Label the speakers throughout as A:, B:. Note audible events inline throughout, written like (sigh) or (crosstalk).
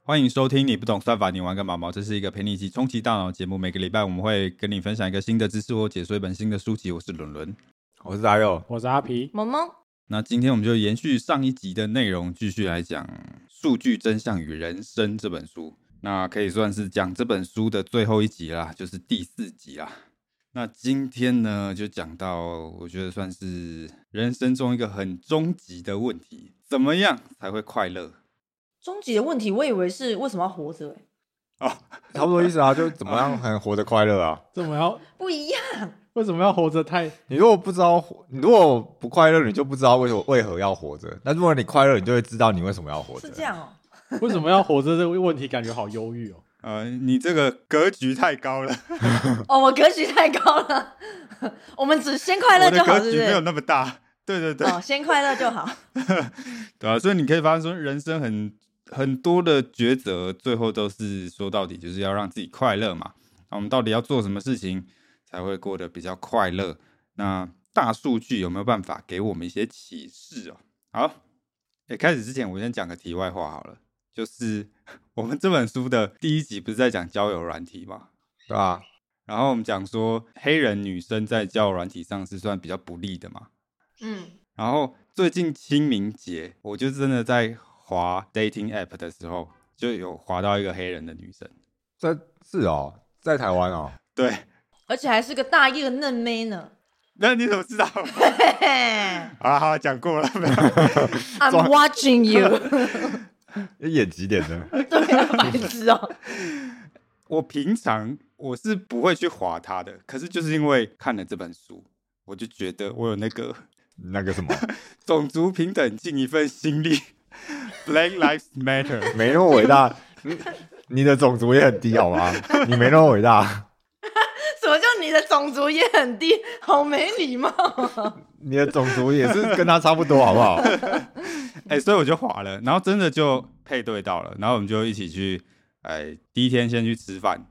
A: 欢迎收听，你不懂算法，你玩个毛毛。这是一个陪你一起冲击大脑的节目，每个礼拜我们会跟你分享一个新的知识或解说一本新的书籍。我是伦伦，
B: 我是阿佑，
C: 我是阿皮，
D: 萌萌，
A: 那今天我们就延续上一集的内容，继续来讲《数据真相与人生》这本书。那可以算是讲这本书的最后一集啦，就是第四集啦。那今天呢，就讲到我觉得算是人生中一个很终极的问题：怎么样才会快乐？
D: 终极的问题，我以为是为什么要活着、欸，
B: (laughs) 差不多意思啊，就怎么样很活得快乐啊。
C: 怎么要
D: 不一样。
C: 为什么要活着太？
B: (laughs) 你如果不知道活，你如果不快乐，你就不知道为什么为何要活着。那如果你快乐，你就会知道你为什么要活着。
D: 是这
A: (laughs)
D: 样哦、
C: 为什么要活着这个问题感觉好忧郁哦。
A: 呃，你这个格局太高了，
D: 哦，我格局太高了， (laughs) 我们只先快乐
A: 我
D: 就
A: 的
D: 好，
A: 格
D: 是不
A: 局没有
D: 是？
A: 那么大。 (laughs) 对对对，
D: 哦，先快乐就
A: (laughs)
D: 好。
A: 对啊，所以你可以发现说，人生很很多的抉择，最后都是说到底就是要让自己快乐嘛。那我们到底要做什么事情才会过得比较快乐？那大数据有没有办法给我们一些启示哦？好，诶，开始之前我先讲个题外话好了，就是 (laughs) 我们这本书的第一集不是在讲交友软体吗？
B: 对吧、啊？
A: 然后我们讲说黑人女生在交友软体上是算比较不利的嘛。
D: 嗯，
A: 然后最近清明节，我就真的在滑 dating app 的时候，就有滑到一个黑人的女生，
B: 这是哦，在台湾哦，
A: 对，
D: 而且还是个大一的嫩妹
A: (laughs)
D: 呢。
A: 那你怎么知道？ (laughs)
D: 嘿嘿
A: 好啦好啦，讲过了，没有
D: I'm watching you，
B: 演几点的？
D: (laughs) 对啊，白痴哦、
A: (laughs) 我平常我是不会去滑它的，可是就是因为看了这本书，我就觉得我有那个
B: (laughs) 那个什么，
A: 种族平等尽一份心力，Black Lives (laughs) Matter。
B: 没那么伟大。 (laughs) 你你的种族也很低，好吗？你没那么伟大，
D: 什么叫你的种族也很低，好没礼貌。
B: 你的种族也是跟他差不多，好不好？
A: 哎、所以我就滑了，然后真的就配对到了，然后我们就一起去，哎，第一天先去吃饭，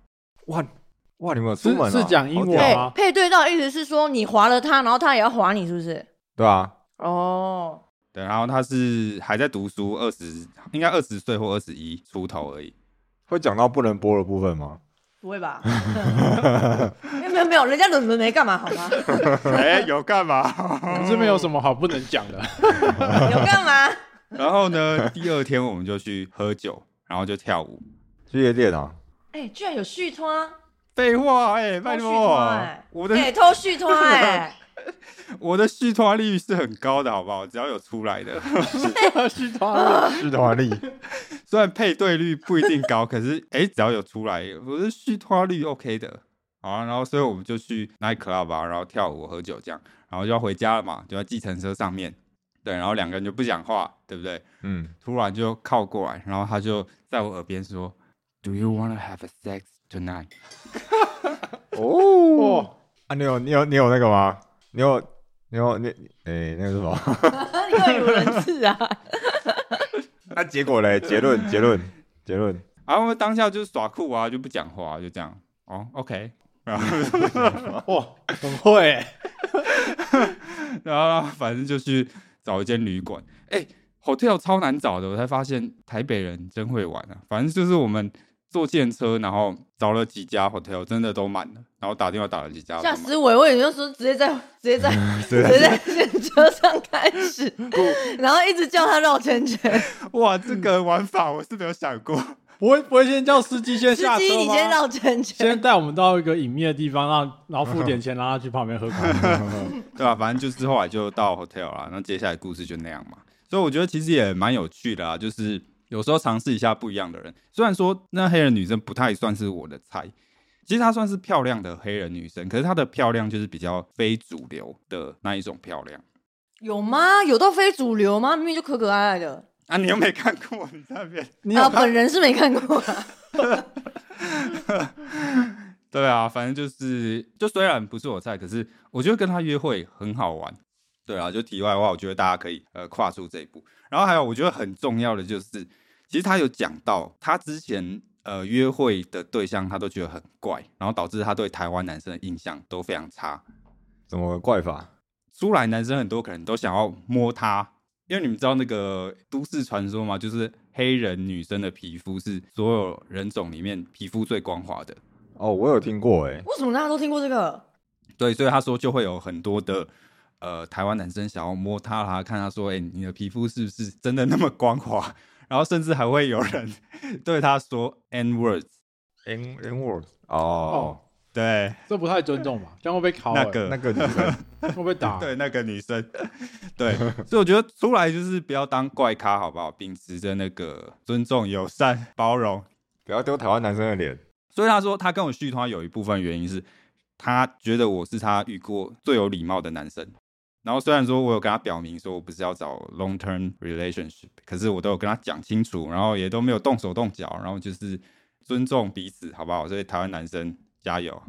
B: 哇 (laughs) 哇，你们有出
C: 是
B: 门、啊、
C: 是讲英文
B: 好屌
C: 对
D: 对
C: 啊，
D: 配对到意思是说你划了他，然后他也要划你，是不是？
B: 对啊，
D: 哦，
A: 对，然后他是还在读书，二十应该二十岁或二十一出头而已。
B: 会讲到不能播的部分吗？
D: 不会吧？ (laughs) 没有没有没有，人家伦伦没干嘛好吗？
A: (laughs) 哎、有干嘛？
B: 哦
C: 可是没有什么好不能讲的。
D: 有干嘛？
A: 然后呢，第二天我们就去喝酒，然后就跳舞。
B: 去夜店
D: (laughs)
B: 啊，
D: (laughs) 哎、居然有续托啊！
A: 废话，哎、拜
D: 偷续
A: 托
D: 托，哎，
A: 我的、
D: 哎、偷续托哎、
A: 我的续托率是很高的，好不好？只要有出来的，
C: 是他
B: 去团力，
A: 虽然配对率不一定高，可是哎、只要有出来，我的续托率 OK 的。好、啊，然后所以我们就去 night club 啊，然后跳舞、喝酒这样，然后就要回家了嘛，就在计程车上面。对，然后两个人就不讲话，对不对？
B: 嗯，
A: 突然就靠过来，然后他就在我耳边说：“Do you wanna have a sex tonight？”
B: 哦
C: 哦，
B: 啊，你有你有你有那个吗？你有你有你诶、那个是什么？ (laughs)
D: 你又有人质啊！
B: 那结果嘞？结论结论结论， (laughs)
A: 然后我们当下就是耍酷啊，就不讲话、就这样。哦，OK。然后，
B: 哦
C: 哇，很会欸。
A: 然后反正就去找一间旅馆。哎、h o t e l 超难找的，我才发现台北人真会玩啊。反正就是我们坐电车，然后找了几家 hotel，真的都满了。然后打电话打了几家都
D: 吓
A: 满，
D: 死我！我也就说直接在直接在
B: 对
D: 直接在车上开始，然后一直叫他绕圈圈。
A: 哇，这个玩法我是没有想过。
C: 不会不会先叫司机先
D: 司
C: 下车
D: 机，你先
C: 吗？
D: 绕圈圈。
C: 先带我们到一个隐秘的地方，让然后付点钱，让他去旁边喝咖啡。
B: (laughs)
A: 对吧、反正就是后来就到 hotel 啦，那接下来故事就那样嘛。所以我觉得其实也蛮有趣的啊，就是有时候尝试一下不一样的人。虽然说那黑人女生不太算是我的菜，其实她算是漂亮的黑人女生，可是她的漂亮就是比较非主流的那一种漂亮
D: 有吗？有到非主流吗？明明就可可爱爱的。
A: 啊。你又没看过，你在那边
C: 你有
D: 啊，
C: 看
D: 本人是没看过啊。
A: 对啊，反正就是，就虽然不是我菜，可是我觉得跟他约会很好玩。对啊，就题外话，我觉得大家可以呃跨出这一步。然后还有，我觉得很重要的就是，其实他有讲到他之前呃约会的对象，他都觉得很怪，然后导致他对台湾男生的印象都非常差。
B: 怎么怪法？
A: 出来男生很多可能都想要摸他，因为你们知道那个都市传说嘛，就是黑人女生的皮肤是所有人种里面皮肤最光滑的。
B: 哦，我有听过哎、
D: 为什么大家都听过这个？
A: 对，所以他说就会有很多的呃台湾男生想要摸她啦，看她说，哎、你的皮肤是不是真的那么光滑？ (laughs) 然后甚至还会有人 (laughs) 对她说 n words，
B: n N word 哦，
A: 对
C: 这不太尊重吧？这样会被考、欸，
A: 那个
B: 那个女生 (laughs)
C: 会被打。
A: 对那个女生， (laughs) 对，所以我觉得出来就是不要当怪咖，好不好？秉持着那个尊重、友善、包容。
B: 不要丢台湾男生的脸，
A: 所以他说他跟我续团有一部分原因是他觉得我是他遇过最有礼貌的男生。然后虽然说我有跟他表明说我不是要找 long term relationship，可是我都有跟他讲清楚，然后也都没有动手动脚，然后就是尊重彼此，好不好？所以台湾男生加油！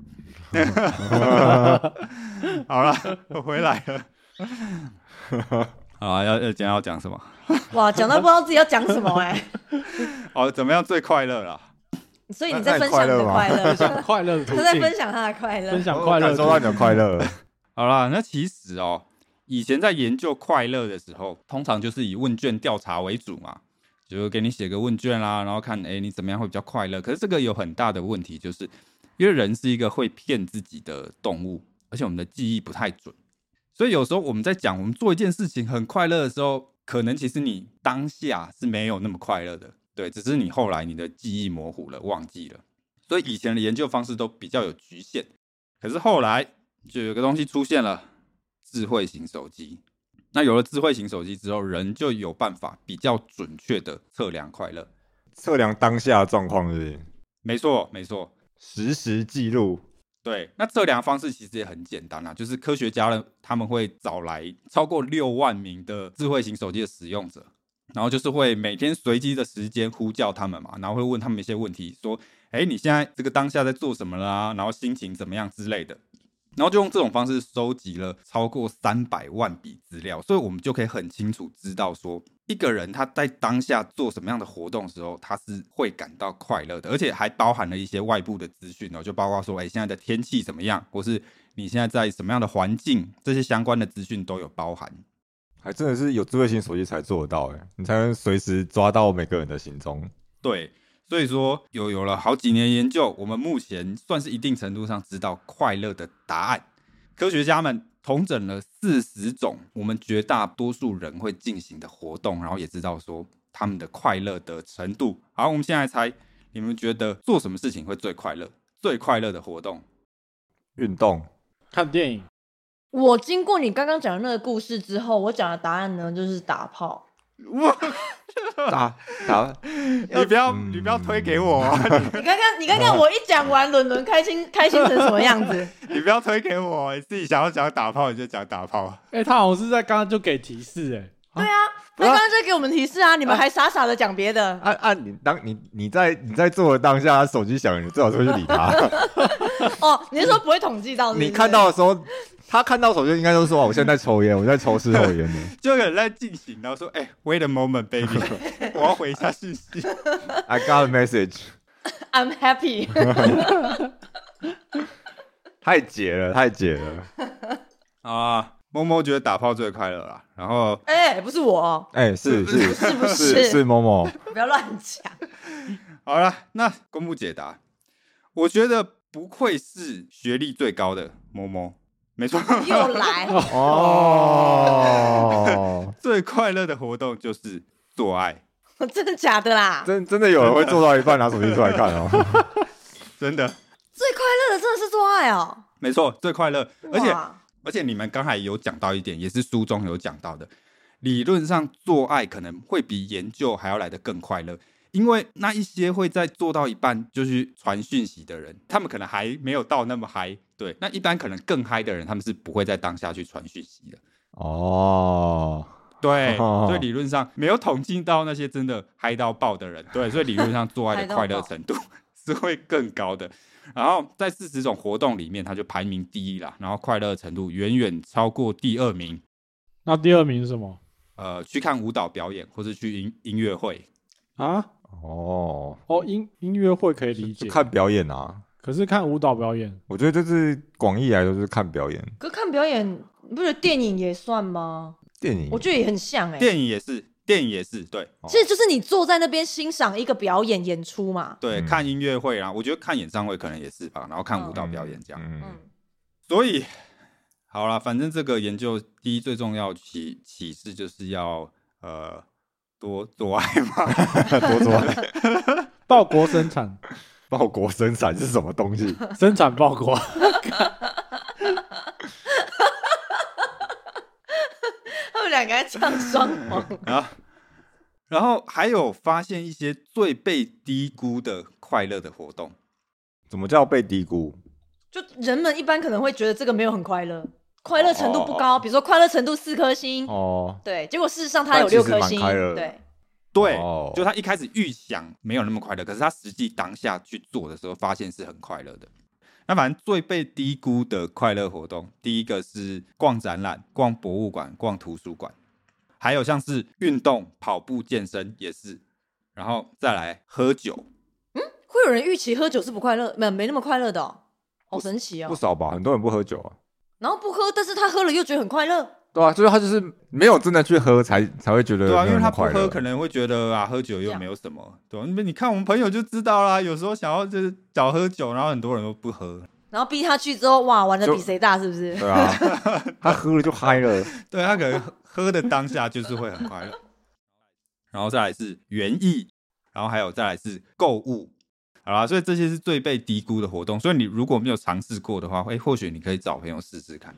A: 好了，我回来了。好啊，要要今天要讲什么？
D: 哇，讲到不知道自己要讲什么哎、
A: 哦，怎么样最快乐啦？
D: 所以
B: 那
D: 你在分享你的快乐，是
C: (laughs)
D: 吧
C: 快乐的途
D: 他在
C: 径，
D: 分享他的快乐
C: 分。享
B: 我
C: 快乐
B: 感
C: 的
B: 受
C: 途
B: 到你
C: 径。
B: 的快乐了。
A: 好啦，那其实哦，以前在研究快乐的时候，通常就是以问卷调查为主嘛，就给你写个问卷啦，然后看诶你怎么样会比较快乐。可是这个有很大的问题，就是因为人是一个会骗自己的动物，而且我们的记忆不太准，所以有时候我们在讲我们做一件事情很快乐的时候，可能其实你当下是没有那么快乐的，对，只是你后来你的记忆模糊了，忘记了。所以以前的研究方式都比较有局限，可是后来就有个东西出现了，智慧型手机。那有了智慧型手机之后，人就有办法比较准确的测量快乐。
B: (laughs) 测量当下的状况是不是
A: 没错，没错，
B: 实时记录，
A: 对，那测量方式其实也很简单啦、啊就是科学家呢他们会找来超过六万名的智慧型手机的使用者，然后就是会每天随机的时间呼叫他们嘛，然后会问他们一些问题，说，哎，你现在这个当下在做什么啦？然后心情怎么样之类的，然后就用这种方式收集了超过三百万笔资料，所以我们就可以很清楚知道说，一个人他在当下做什么样的活动的时候，他是会感到快乐的，而且还包含了一些外部的资讯哦，就包括说，哎，现在的天气怎么样，或是你现在在什么样的环境，这些相关的资讯都有包含。
B: 还真的是有智慧型手机才做得到哎、你才能随时抓到每个人的行踪。
A: 对，所以说有有了好几年研究，我们目前算是一定程度上知道快乐的答案。科学家们统整了四十种我们绝大多数人会进行的活动，然后也知道说他们的快乐的程度。好，我们现在猜，你们觉得做什么事情会最快乐？最快乐的活动？
B: 运动，
C: 看电影，
D: 我经过你刚刚讲的那个故事之后，我讲的答案呢就是打炮。
B: 打打，
A: 你不要，
B: 嗯
A: 你不要推给我啊，
D: 你刚刚你刚刚我一讲完，伦伦开心开心成什么样子？
A: (laughs) 你不要推给我，你自己想要讲打炮你就讲打炮。 (laughs)
C: 哎、他好像是在刚刚就给提示、哎，
D: 对啊，他刚刚就给我们提示啊，你们还傻傻的讲别的。
B: 按按啊你当你你在你在做的当下，他手机响了，你最好是会去理他。
D: 哦，你是说不会统计到是不是
B: 你看到的时候，他看到手机应该都说：“哦我现在在抽烟，我在抽事后烟
D: (laughs)
B: 呢。
A: 就有人在进行，然后说：“哎、w a i t a moment, baby，我 (laughs) 要回一下信息。”
B: I got a message，
D: I'm happy， (laughs)
B: 太解了，太解了。
A: 啊，猫猫觉得打炮最快乐啦。然后
D: 哎、不是我哦，
B: 哎、是
D: (laughs)
B: 是
D: 是不
B: 是是某某，
D: 不要乱讲。
A: 好了，那公布解答，我觉得不愧是学历最高的猫猫，没错，
D: 又来， (laughs)
B: 哦，
A: 最快乐的活动就是做爱，
D: 真的假的啦？
B: 真真的有人会做到一半拿手机出来看哦。
A: 真的
D: 最快乐的真的是做爱哦，
A: 没错，最快乐。而且
D: 哇
A: 而且你们刚才有讲到一点，也是书中有讲到的，理论上做爱可能会比研究还要来得更快乐，因为那一些会在做到一半就去传讯息的人，他们可能还没有到那么嗨。对，那一般可能更嗨的人，他们是不会在当下去传讯息的。
B: 哦，
A: 对，
B: 哦
A: 所以理论上没有统计到那些真的嗨到爆的人，对，所以理论上做爱
D: 嗨
A: 的
D: 到
A: 快乐
D: 爆
A: 程度是会更高的。然后在四十种活动里面，它就排名第一啦，然后快乐程度远远超过第二名。
C: 那第二名是什么
A: 呃，去看舞蹈表演或是去音音乐会，
C: 啊？
B: 哦，
C: 哦，音音乐会可以理解
B: 就，看表演啊。
C: 可是看舞蹈表演，
B: 我觉得就是广义来说，就是看表演。
D: 可看表演，你不觉得电影也算吗？
B: 电影
D: 我觉得也很像哎、
A: 电影也是，电影也是，对
D: 其实就是你坐在那边欣赏一个表演演出嘛。
A: 对，
B: 嗯
A: 看音乐会啊，我觉得看演唱会可能也是吧，然后看舞蹈表演这样。
B: 嗯，
D: 嗯，
A: 所以，好啦，反正这个研究第一最重要启启示就是要呃多做爱
B: (laughs)
A: 嘛，
B: 多做
D: 嗯
B: 爱，
C: 报国生产，
B: 报国生产是什么东西？
C: 生产报国，
D: 他们两个在唱双簧，
A: 然后，然后还有发现一些最被低估的快乐的活动，
B: 怎么叫被低估？
D: 就人们一般可能会觉得这个没有很快乐，快乐程度不高，比如说快乐程度四颗星，
B: 哦，
D: 对，结果事实上它有六颗
B: 但其
D: 星
B: 实蛮快乐，的
D: 对，
A: 对
B: 哦
A: 就他一开始预想没有那么快乐，可是他实际当下去做的时候，发现是很快乐的。那反正最被低估的快乐活动，第一个是逛展览、逛博物馆、逛图书馆，还有像是运动、跑步、健身也是，然后再来喝酒。
D: 会有人预期喝酒是不快乐，没没那么快乐的、哦，好神奇
B: 不
D: 哦。
B: 少吧，很多人不喝酒啊。
D: 然后不喝，但是他喝了又觉得很快乐，
B: 对啊，就是他就是没有真的去喝才才会觉得
A: 对啊，
B: 没
A: 因
B: 有
A: 为他
B: 那么
A: 不
B: 快
A: 喝，
B: 乐。
A: 可能会觉得啊，喝酒又没有什么，对吧、你看我们朋友就知道啦，有时候想要就是少喝酒，然后很多人都不喝，
D: 然后逼他去之后，哇，玩的
B: 就
D: 比谁大是不是？
B: 对啊， (laughs) 他喝了就嗨 (laughs) 了。
A: (laughs) 对他可能喝的当下就是会很快乐。然后再来是园艺，然后还有再来是购物，好啦，所以这些是最被低估的活动。所以你如果没有尝试过的话，哎，或许你可以找朋友试试看。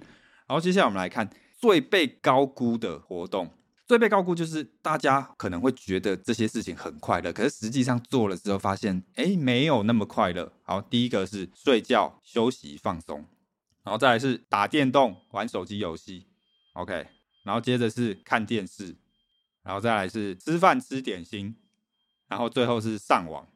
A: 然后接下来我们来看最被高估的活动。最被高估就是大家可能会觉得这些事情很快乐，可是实际上做了之后发现，哎，没有那么快乐。好，第一个是睡觉、休息、放松，然后再来是打电动、玩手机游戏，OK，然后接着是看电视，然后再来是吃饭、吃点心，然后最后是上网。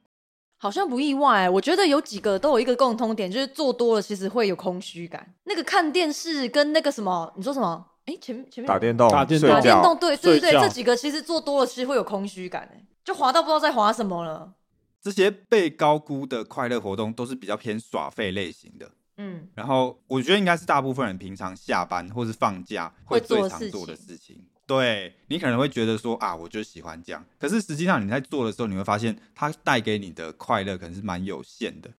D: 好像不意外、我觉得有几个都有一个共通点，就是做多了其实会有空虚感。那个看电视跟那个什么，你说什么？哎、前面前面
B: 打电动、
C: 打电动
D: 打
B: 睡
D: 电动，
B: 觉，
D: 对对
C: 睡
D: 对对，
C: 觉
D: 这几个其实做多了其实会有空虚感、哎，就滑到不知道在滑什么了。
A: 这些被高估的快乐活动都是比较偏耍废类型的，
D: 嗯，
A: 然后我觉得应该是大部分人平常下班或是放假
D: 会做
A: 最
D: 的
A: 常
D: 事
A: 做的
D: 情
A: 事情。对你可能会觉得说啊，我就喜欢这样，可是实际上你在做的时候，你会发现它带给你的快乐可能是蛮有限的。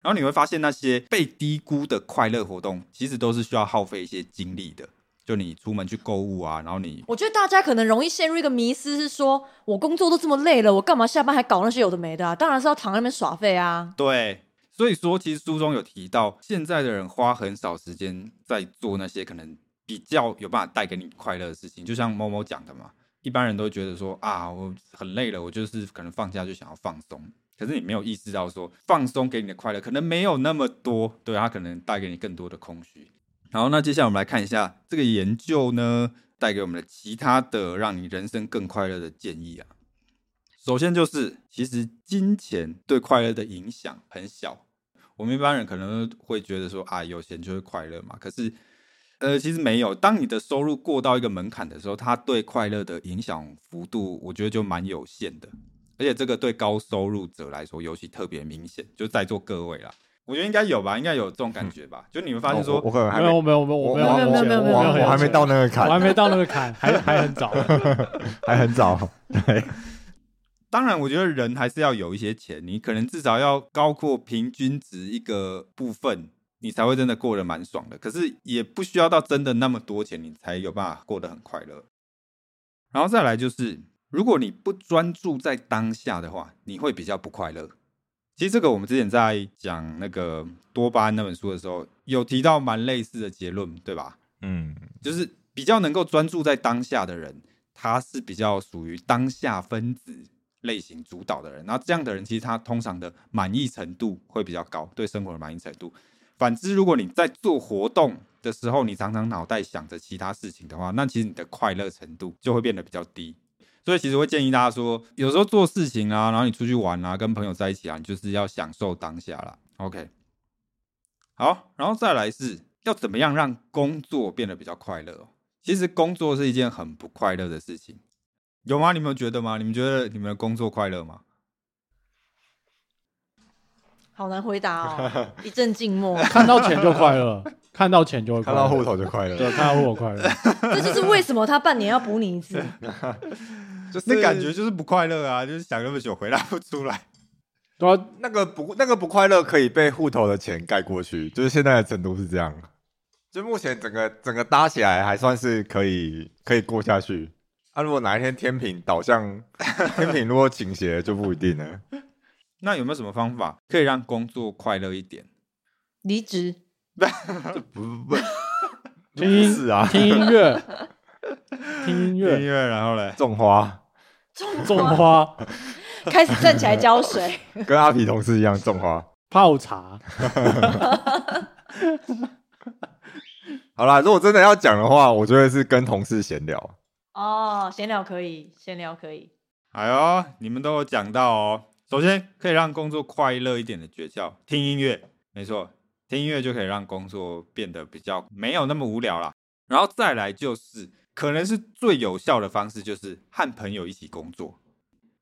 A: 然后你会发现那些被低估的快乐活动，其实都是需要耗费一些精力的。就你出门去购物啊，然后你
D: 我觉得大家可能容易陷入一个迷思，是说我工作都这么累了，我干嘛下班还搞那些有的没的啊？当然是要躺在那边耍废啊。
A: 对，所以说其实书中有提到，现在的人花很少时间在做那些可能比较有办法带给你快乐的事情，就像某某讲的嘛，一般人都会觉得说啊，我很累了，我就是可能放假就想要放松。可是你没有意识到说，放松给你的快乐可能没有那么多，对它可能带给你更多的空虚。然后，那接下来我们来看一下这个研究呢，带给我们的其他的让你人生更快乐的建议啊。首先就是，其实金钱对快乐的影响很小。我们一般人可能会觉得说啊，有钱就会快乐嘛。可是，呃，其实没有。当你的收入过到一个门槛的时候，它对快乐的影响幅度，我觉得就蛮有限的。而且这个对高收入者来说尤其特别明显，就在座各位啦，我觉得应该有吧，应该有这种感觉吧。就你们发现说
B: 嗯哦我，我可能还
C: 没有
B: 没，
C: 我没有我没有我没有
B: 我
C: 很有
D: 我
C: 钱
D: 没有没有
C: 我
D: 没有
C: 很
D: 没
C: 有
D: 有
B: 我还没
C: 钱
B: 到那个
C: 我还
B: 坎，
C: 没到那个坎，还还很早。
B: 还很早。
A: 当然，我觉得人还是要有一些钱，你可能至少要高过平均值一个部分，你才会真的过得蛮爽的。可是也不需要到真的那么多钱，你才有办法过得很快乐。然后再来就是，如果你不专注在当下的话，你会比较不快乐。其实这个我们之前在讲那个多巴胺那本书的时候，有提到蛮类似的结论，对吧？
B: (laughs) (laughs) 嗯，
A: 就是比较能够专注在当下的人，他是比较属于当下分子类型主导的人。那这样的人，其实他通常的满意程度会比较高，对生活的满意程度。反之，如果你在做活动的时候，你常常脑袋想着其他事情的话，那其实你的快乐程度就会变得比较低。所以其实会建议大家说，有时候做事情啊，然后你出去玩啊，跟朋友在一起啊，你就是要享受当下啦。OK，好，然后再来是要怎么样让工作变得比较快乐、哦？其实工作是一件很不快乐的事情，有吗？你们有觉得吗？你们觉得你们的工作快乐吗？
D: 好难回答
B: (laughs)
D: 哦，一阵静默。
C: 看到钱就快乐，看到钱就会快
B: 看
C: 乐
B: 到户，头就快乐。
C: 对，看到户头快乐。
D: 这就是为什么他半年要补你一次。
B: 就是
A: 那感觉就是不快乐啊，就是想那么久回答不出来。
C: 对啊，
B: 那个不那个不快乐可以被户头的钱盖过去，就是现在的程度是这样。就目前整个整个搭起来还算是可以可以过下去。啊，如果哪一天天平倒向 (laughs) 天平，如果倾斜就不一定了。
A: 那有没有什么方法可以让工作快乐一点？
D: 离职 (laughs)
B: 不不不，
C: 听音
B: 是啊，
C: 听音乐，听音
A: 音
C: 乐，
A: 乐，然后嘞，
B: 种花
C: 种花，
D: 开始站起来浇
B: (laughs)
D: 水，
B: 跟阿皮同事一样种花。
C: 泡茶，
B: 好啦，如果真的要讲的话，我觉得是跟同事闲聊。
D: 哦，闲聊可以，闲聊可以。
A: 哎呦，你们都有讲到哦。首先，可以让工作快乐一点的诀窍，听音乐。没错，听音乐就可以让工作变得比较没有那么无聊啦。然后再来就是，可能是最有效的方式，就是和朋友一起工作。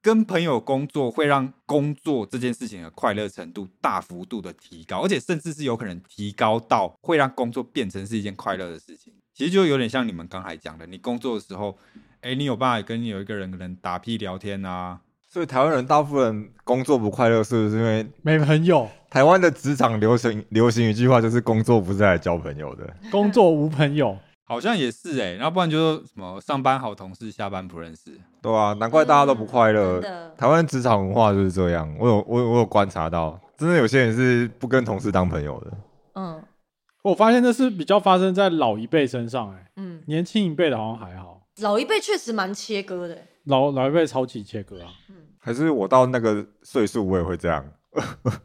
A: 跟朋友工作会让工作这件事情的快乐程度大幅度的提高，而且甚至是有可能提高到会让工作变成是一件快乐的事情。其实就有点像你们刚才讲的，你工作的时候哎、你有办法跟有一个人可能打屁聊天啊？
B: 所以台湾人大部分工作不快乐，是不是因为
C: 没朋友，
B: 台湾的职场流行流行一句话，就是工作不是来交朋友的。
C: 工作无朋友，
A: 好像也是哎、然后不然就什么上班好同事，下班不认识。
B: 对啊，难怪大家都不快乐。
D: 嗯真的
B: 台湾职场文化就是这样，我有我有我有观察到，真的有些人是不跟同事当朋友的。
D: 嗯
C: 我发现这是比较发生在老一辈身上、哎，
D: 嗯，
C: 年轻一辈的好像还好，
D: 老一辈确实蛮切割的。
C: 老老一辈超级切割啊，
B: 还是我到那个岁数，我也会这样。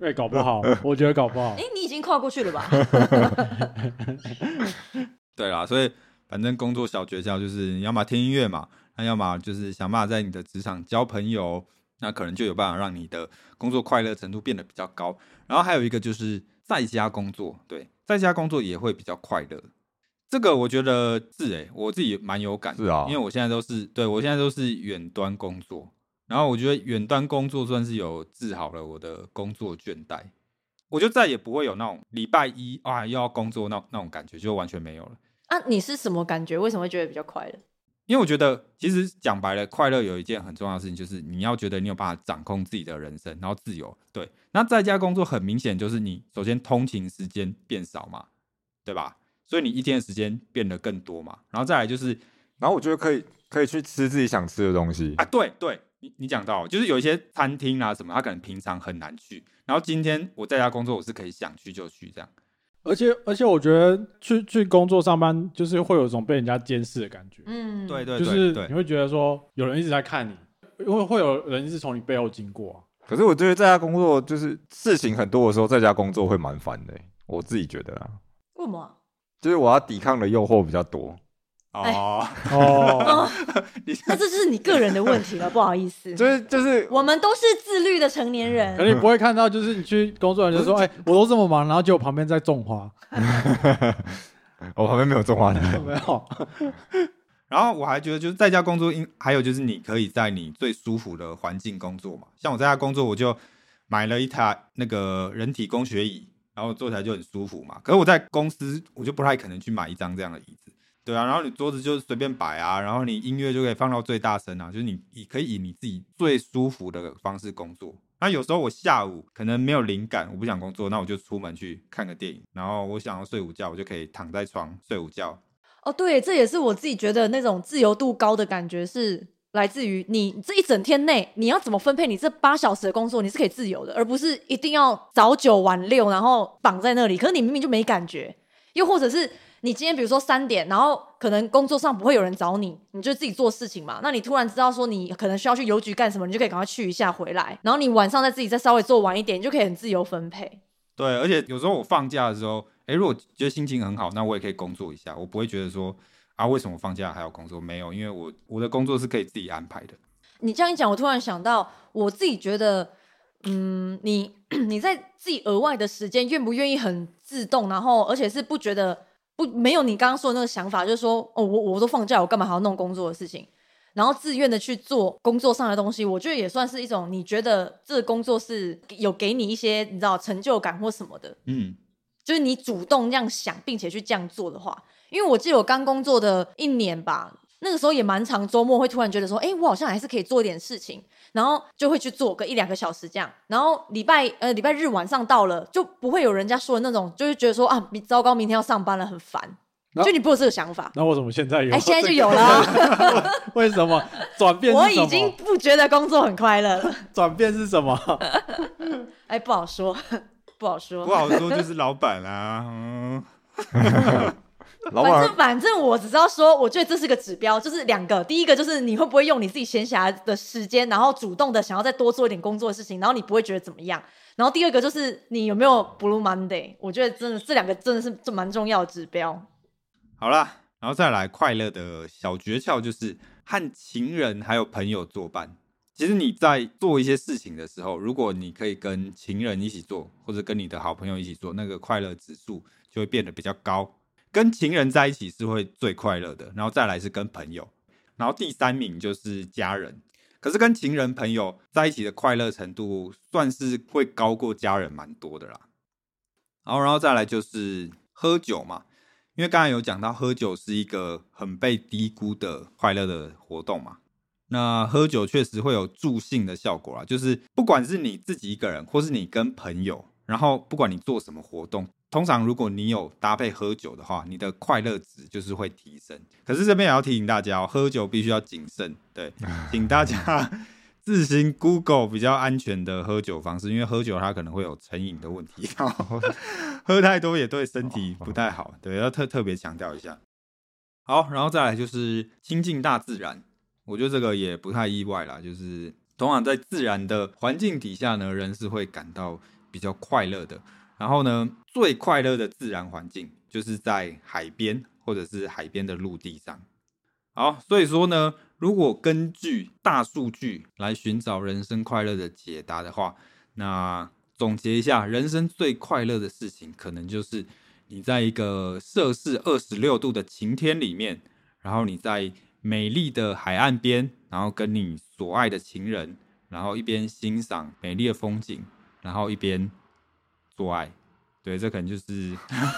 C: 哎、搞不好，我觉得搞不好
D: 哎、，你已经跨过去了吧？
A: 对啦，所以反正工作小诀窍就是你要么听音乐嘛，那要么就是想办法在你的职场交朋友，那可能就有办法让你的工作快乐程度变得比较高。然后还有一个就是在家工作，对，在家工作也会比较快乐。这个我觉得是哎、我自己蛮有感的，
B: 是啊
A: 因为我现在都是对我现在都是远端工作，然后我觉得远端工作算是有治好了我的工作倦怠，我就再也不会有那种礼拜一啊又要工作那那种感觉，就完全没有了。
D: 啊，你是什么感觉？为什么会觉得比较快乐？
A: 因为我觉得，其实讲白了，快乐有一件很重要的事情，就是你要觉得你有办法掌控自己的人生，然后自由。对，那在家工作很明显就是你首先通勤时间变少嘛，对吧？所以你一天的时间变得更多嘛，然后再来就是
B: 然后我觉得可以可以去吃自己想吃的东西
A: 啊，，对对，你你讲到，就是有一些餐厅啊什么，他可能平常很难去，然后今天我在家工作，我是可以想去就去这样。
C: 而且而且我觉得去去工作上班，就是会有一种被人家监视的感觉，
D: 嗯，
A: 对对
C: 就
A: 对
C: 是
A: 对
C: 你，会觉得说有人一直在看你，因为会有人一直从你背后经过、啊，
B: 可是我觉得在家工作就是事情很多的时候，在家工作会蛮烦的欸、我自己觉得啊，
D: 为什么啊？
B: 就是我要抵抗的诱惑比较多。
A: 哦，
C: 哦，
D: 那这就是你个人的问题了，不好意思。
B: (laughs) 就是就是
D: 我们都是自律的成年
C: (laughs) 可能
D: 人，
C: 你不会看到，就是你去工作人
D: (laughs)
C: 就说，哎、我都这么忙，然后结果旁边在种花， (laughs)
B: 哦我旁边没有种花的，
A: (laughs)
C: 没有， (laughs)
A: 然后我还觉得，就是在家工作，因还有就是你可以在你最舒服的环境工作嘛。像我在家工作，我就买了一台那个人体工学椅，然后坐起来就很舒服嘛。可是我在公司，我就不太可能去买一张这样的椅子，对啊。然后你桌子就随便摆啊，然后你音乐就可以放到最大声啊，就是你你可以以你自己最舒服的方式工作。那有时候我下午可能没有灵感，我不想工作，那我就出门去看个电影，然后我想要睡午觉，我就可以躺在床睡午觉，
D: 哦，对，这也是我自己觉得那种自由度高的感觉是。来自于你这一整天内，你要怎么分配你这八小时的工作，你是可以自由的，而不是一定要早九晚六，然后绑在那里。可是你明明就没感觉，又或者是你今天比如说三点，然后可能工作上不会有人找你，你就自己做事情嘛。那你突然知道说你可能需要去邮局干什么，你就可以赶快去一下回来，然后你晚上再自己再稍微做晚一点，你就可以很自由分配。
A: 对，而且有时候我放假的时候，哎，如果觉得心情很好，那我也可以工作一下，我不会觉得说啊，为什么放假还要工作？没有，因为我我的工作是可以自己安排的。
D: 你这样一讲，我突然想到，我自己觉得，嗯，你你在自己额外的时间，愿不愿意很自动，然后而且是不觉得不没有你刚刚说的那个想法，就是说，哦，我我都放假，我干嘛还要弄工作的事情？然后自愿的去做工作上的东西，我觉得也算是一种你觉得这个工作是有给你一些你知道成就感或什么的，
A: 嗯，
D: 就是你主动这样想，并且去这样做的话，因为我记得我刚工作的一年吧，那个时候也蛮长，周末会突然觉得说，哎、我好像还是可以做一点事情，然后就会去做个一两个小时这样。然后礼拜呃礼拜日晚上到了，就不会有人家说的那种，就是觉得说啊，明糟糕，明天要上班了，很烦。
C: 然后
D: 就你不会有这个想法，
C: 那为什么现在有？
D: 哎、现在就有了啊，
C: (laughs) 为什么转变
D: 我
C: 是什么？
D: 已经不觉得工作很快乐了。 (laughs)
C: 转变是什么？ (laughs)
D: 哎、不好说， (laughs) 不好说。
A: 不好说就是老板啦，嗯，
B: 老
D: 反
B: 板
D: 正反正我只知道说，我觉得这是个指标，就是两个，第一个就是你会不会用你自己闲暇的时间，然后主动的想要再多做一点工作的事情，然后你不会觉得怎么样。然后第二个就是你有没有 Blue Monday，我觉得真的这两个真的是这蛮重要的指标。
A: 好啦，然后再来快乐的小诀窍就是和情人还有朋友作伴。其实你在做一些事情的时候，如果你可以跟情人一起做，或者跟你的好朋友一起做，那个快乐指数就会变得比较高。跟情人在一起是会最快乐的，然后再来是跟朋友，然后第三名就是家人。可是跟情人朋友在一起的快乐程度，算是会高过家人蛮多的啦。然后，然后再来就是喝酒嘛，因为刚才有讲到喝酒是一个很被低估的快乐的活动嘛。那喝酒确实会有助兴的效果啦，就是不管是你自己一个人，或是你跟朋友，然后不管你做什么活动，通常如果你有搭配喝酒的话，你的快乐值就是会提升。可是这边也要提醒大家哦，喝酒必须要谨慎，对，请大家 (laughs) 自行 Google 比较安全的喝酒方式，因为喝酒它可能会有成瘾的问题， (laughs) 然后喝太多也对身体不太好，对，要特特别强调一下。好，然后再来就是亲近大自然，我觉得这个也不太意外啦，就是通常在自然的环境底下呢，人是会感到比较快乐的。然后呢，最快乐的自然环境就是在海边或者是海边的陆地上。好，所以说呢，如果根据大数据来寻找人生快乐的解答的话，那总结一下，人生最快乐的事情，可能就是你在一个摄氏二十六度的晴天里面，然后你在美丽的海岸边，然后跟你所爱的情人，然后一边欣赏美丽的风景，然后一边做爱。对，这可能就是， (laughs)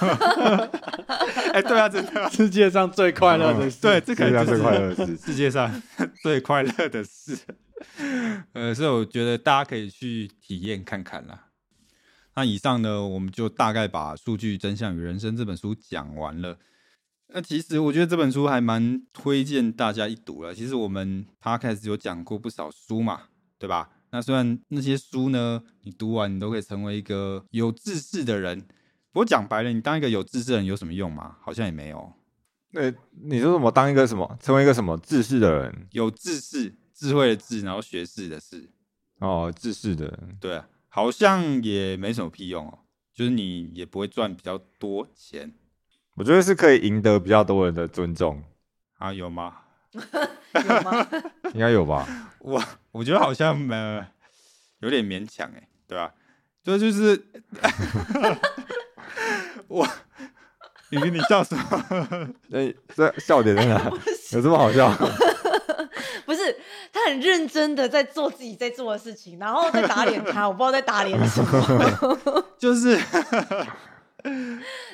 A: 哎、对啊，真的啊，
C: 世界上最快乐
D: 嗯
C: 的事。
A: 对，，这可
B: 世界上
A: 能就
B: 啊最
A: 是
B: 快乐的事。
A: 世界 (laughs) 上最快乐的事。 (laughs) 呃，所以我觉得大家可以去体验看看啦。那以上呢，我们就大概把《数据真相与人生》这本书讲完了。那其实我觉得这本书还蛮推荐大家一读了。其实我们 podcast 有讲过不少书嘛，对吧？那虽然那些书呢，你读完你都可以成为一个有知识的人。不过讲白了，你当一个有知识的人有什么用吗？好像也没有。
B: 那你说什么？当一个什么，成为一个什么自视的人
A: 有智士，智慧的智，然后学士的士，
B: 哦，自视的人
A: 对啊，好像也没什么屁用哦，就是你也不会赚比较多钱
B: 我觉得是可以赢得比较多人的尊重，
A: 啊，有吗？
D: 有吗？
B: 应该有吧？
A: (laughs) 我我觉得好像呃有点勉强哎，对吧、这就是 (laughs) 我，你你笑什么？
B: 那哎这笑点在哪？有这么好笑？
D: 不是，他很认真的在做自己在做的事情，然后在打脸他，我不知道在打脸什么，
A: 就是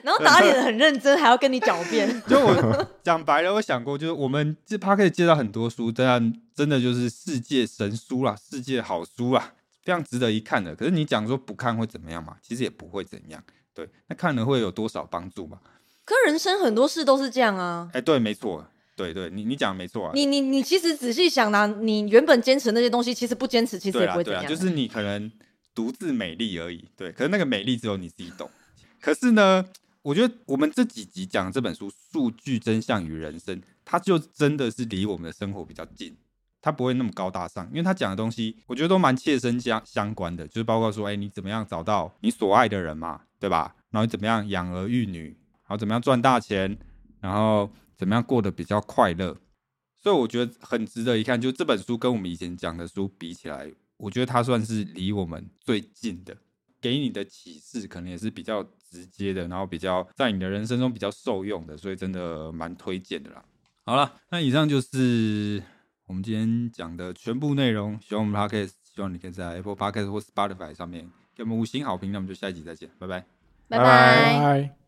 D: 然后打脸的很认真，还要跟你狡辩。
A: 就我讲白了，我想过，就是我们这 p 可以介绍很多书，但真的就是世界神书啦，世界好书啦，非常值得一看的。可是你讲说不看会怎么样嘛？其实也不会怎样。对，那看了会有多少帮助嘛？
D: (laughs) 可人生很多事都是这样啊，
A: 哎、对，没错，对对，你你讲得没错啊。
D: 你你你其实仔细想啦、你原本坚持那些东西，其实不坚持，其实
A: 对
D: 也不
A: 啦
D: 会怎
A: 对
D: 样。
A: 啦，
D: 欸
A: 就是你可能独自美丽而已，对。可是那个美丽只有你自己懂。可是呢，我觉得我们这几集讲的这本书《数据真相与人生》，它就真的是离我们的生活比较近，它不会那么高大上，因为它讲的东西，我觉得都蛮切身相相关的，就是包括说，哎，你怎么样找到你所爱的人嘛，对吧？然后你怎么样养儿育女，然后怎么样赚大钱，然后怎么样过得比较快乐。所以我觉得很值得一看，就这本书跟我们以前讲的书比起来，我觉得它算是离我们最近的，给你的启示可能也是比较直接的，然后比较在你的人生中比较受用的，所以真的蛮推荐的啦。好了，那以上就是我们今天讲的全部内容。喜欢我们 podcast，希望你可以在 Apple Podcast 或 Spotify 上面给我们五星好评。那我们就下一集再见，拜拜。
D: 拜
B: 拜
D: 拜。
C: 拜。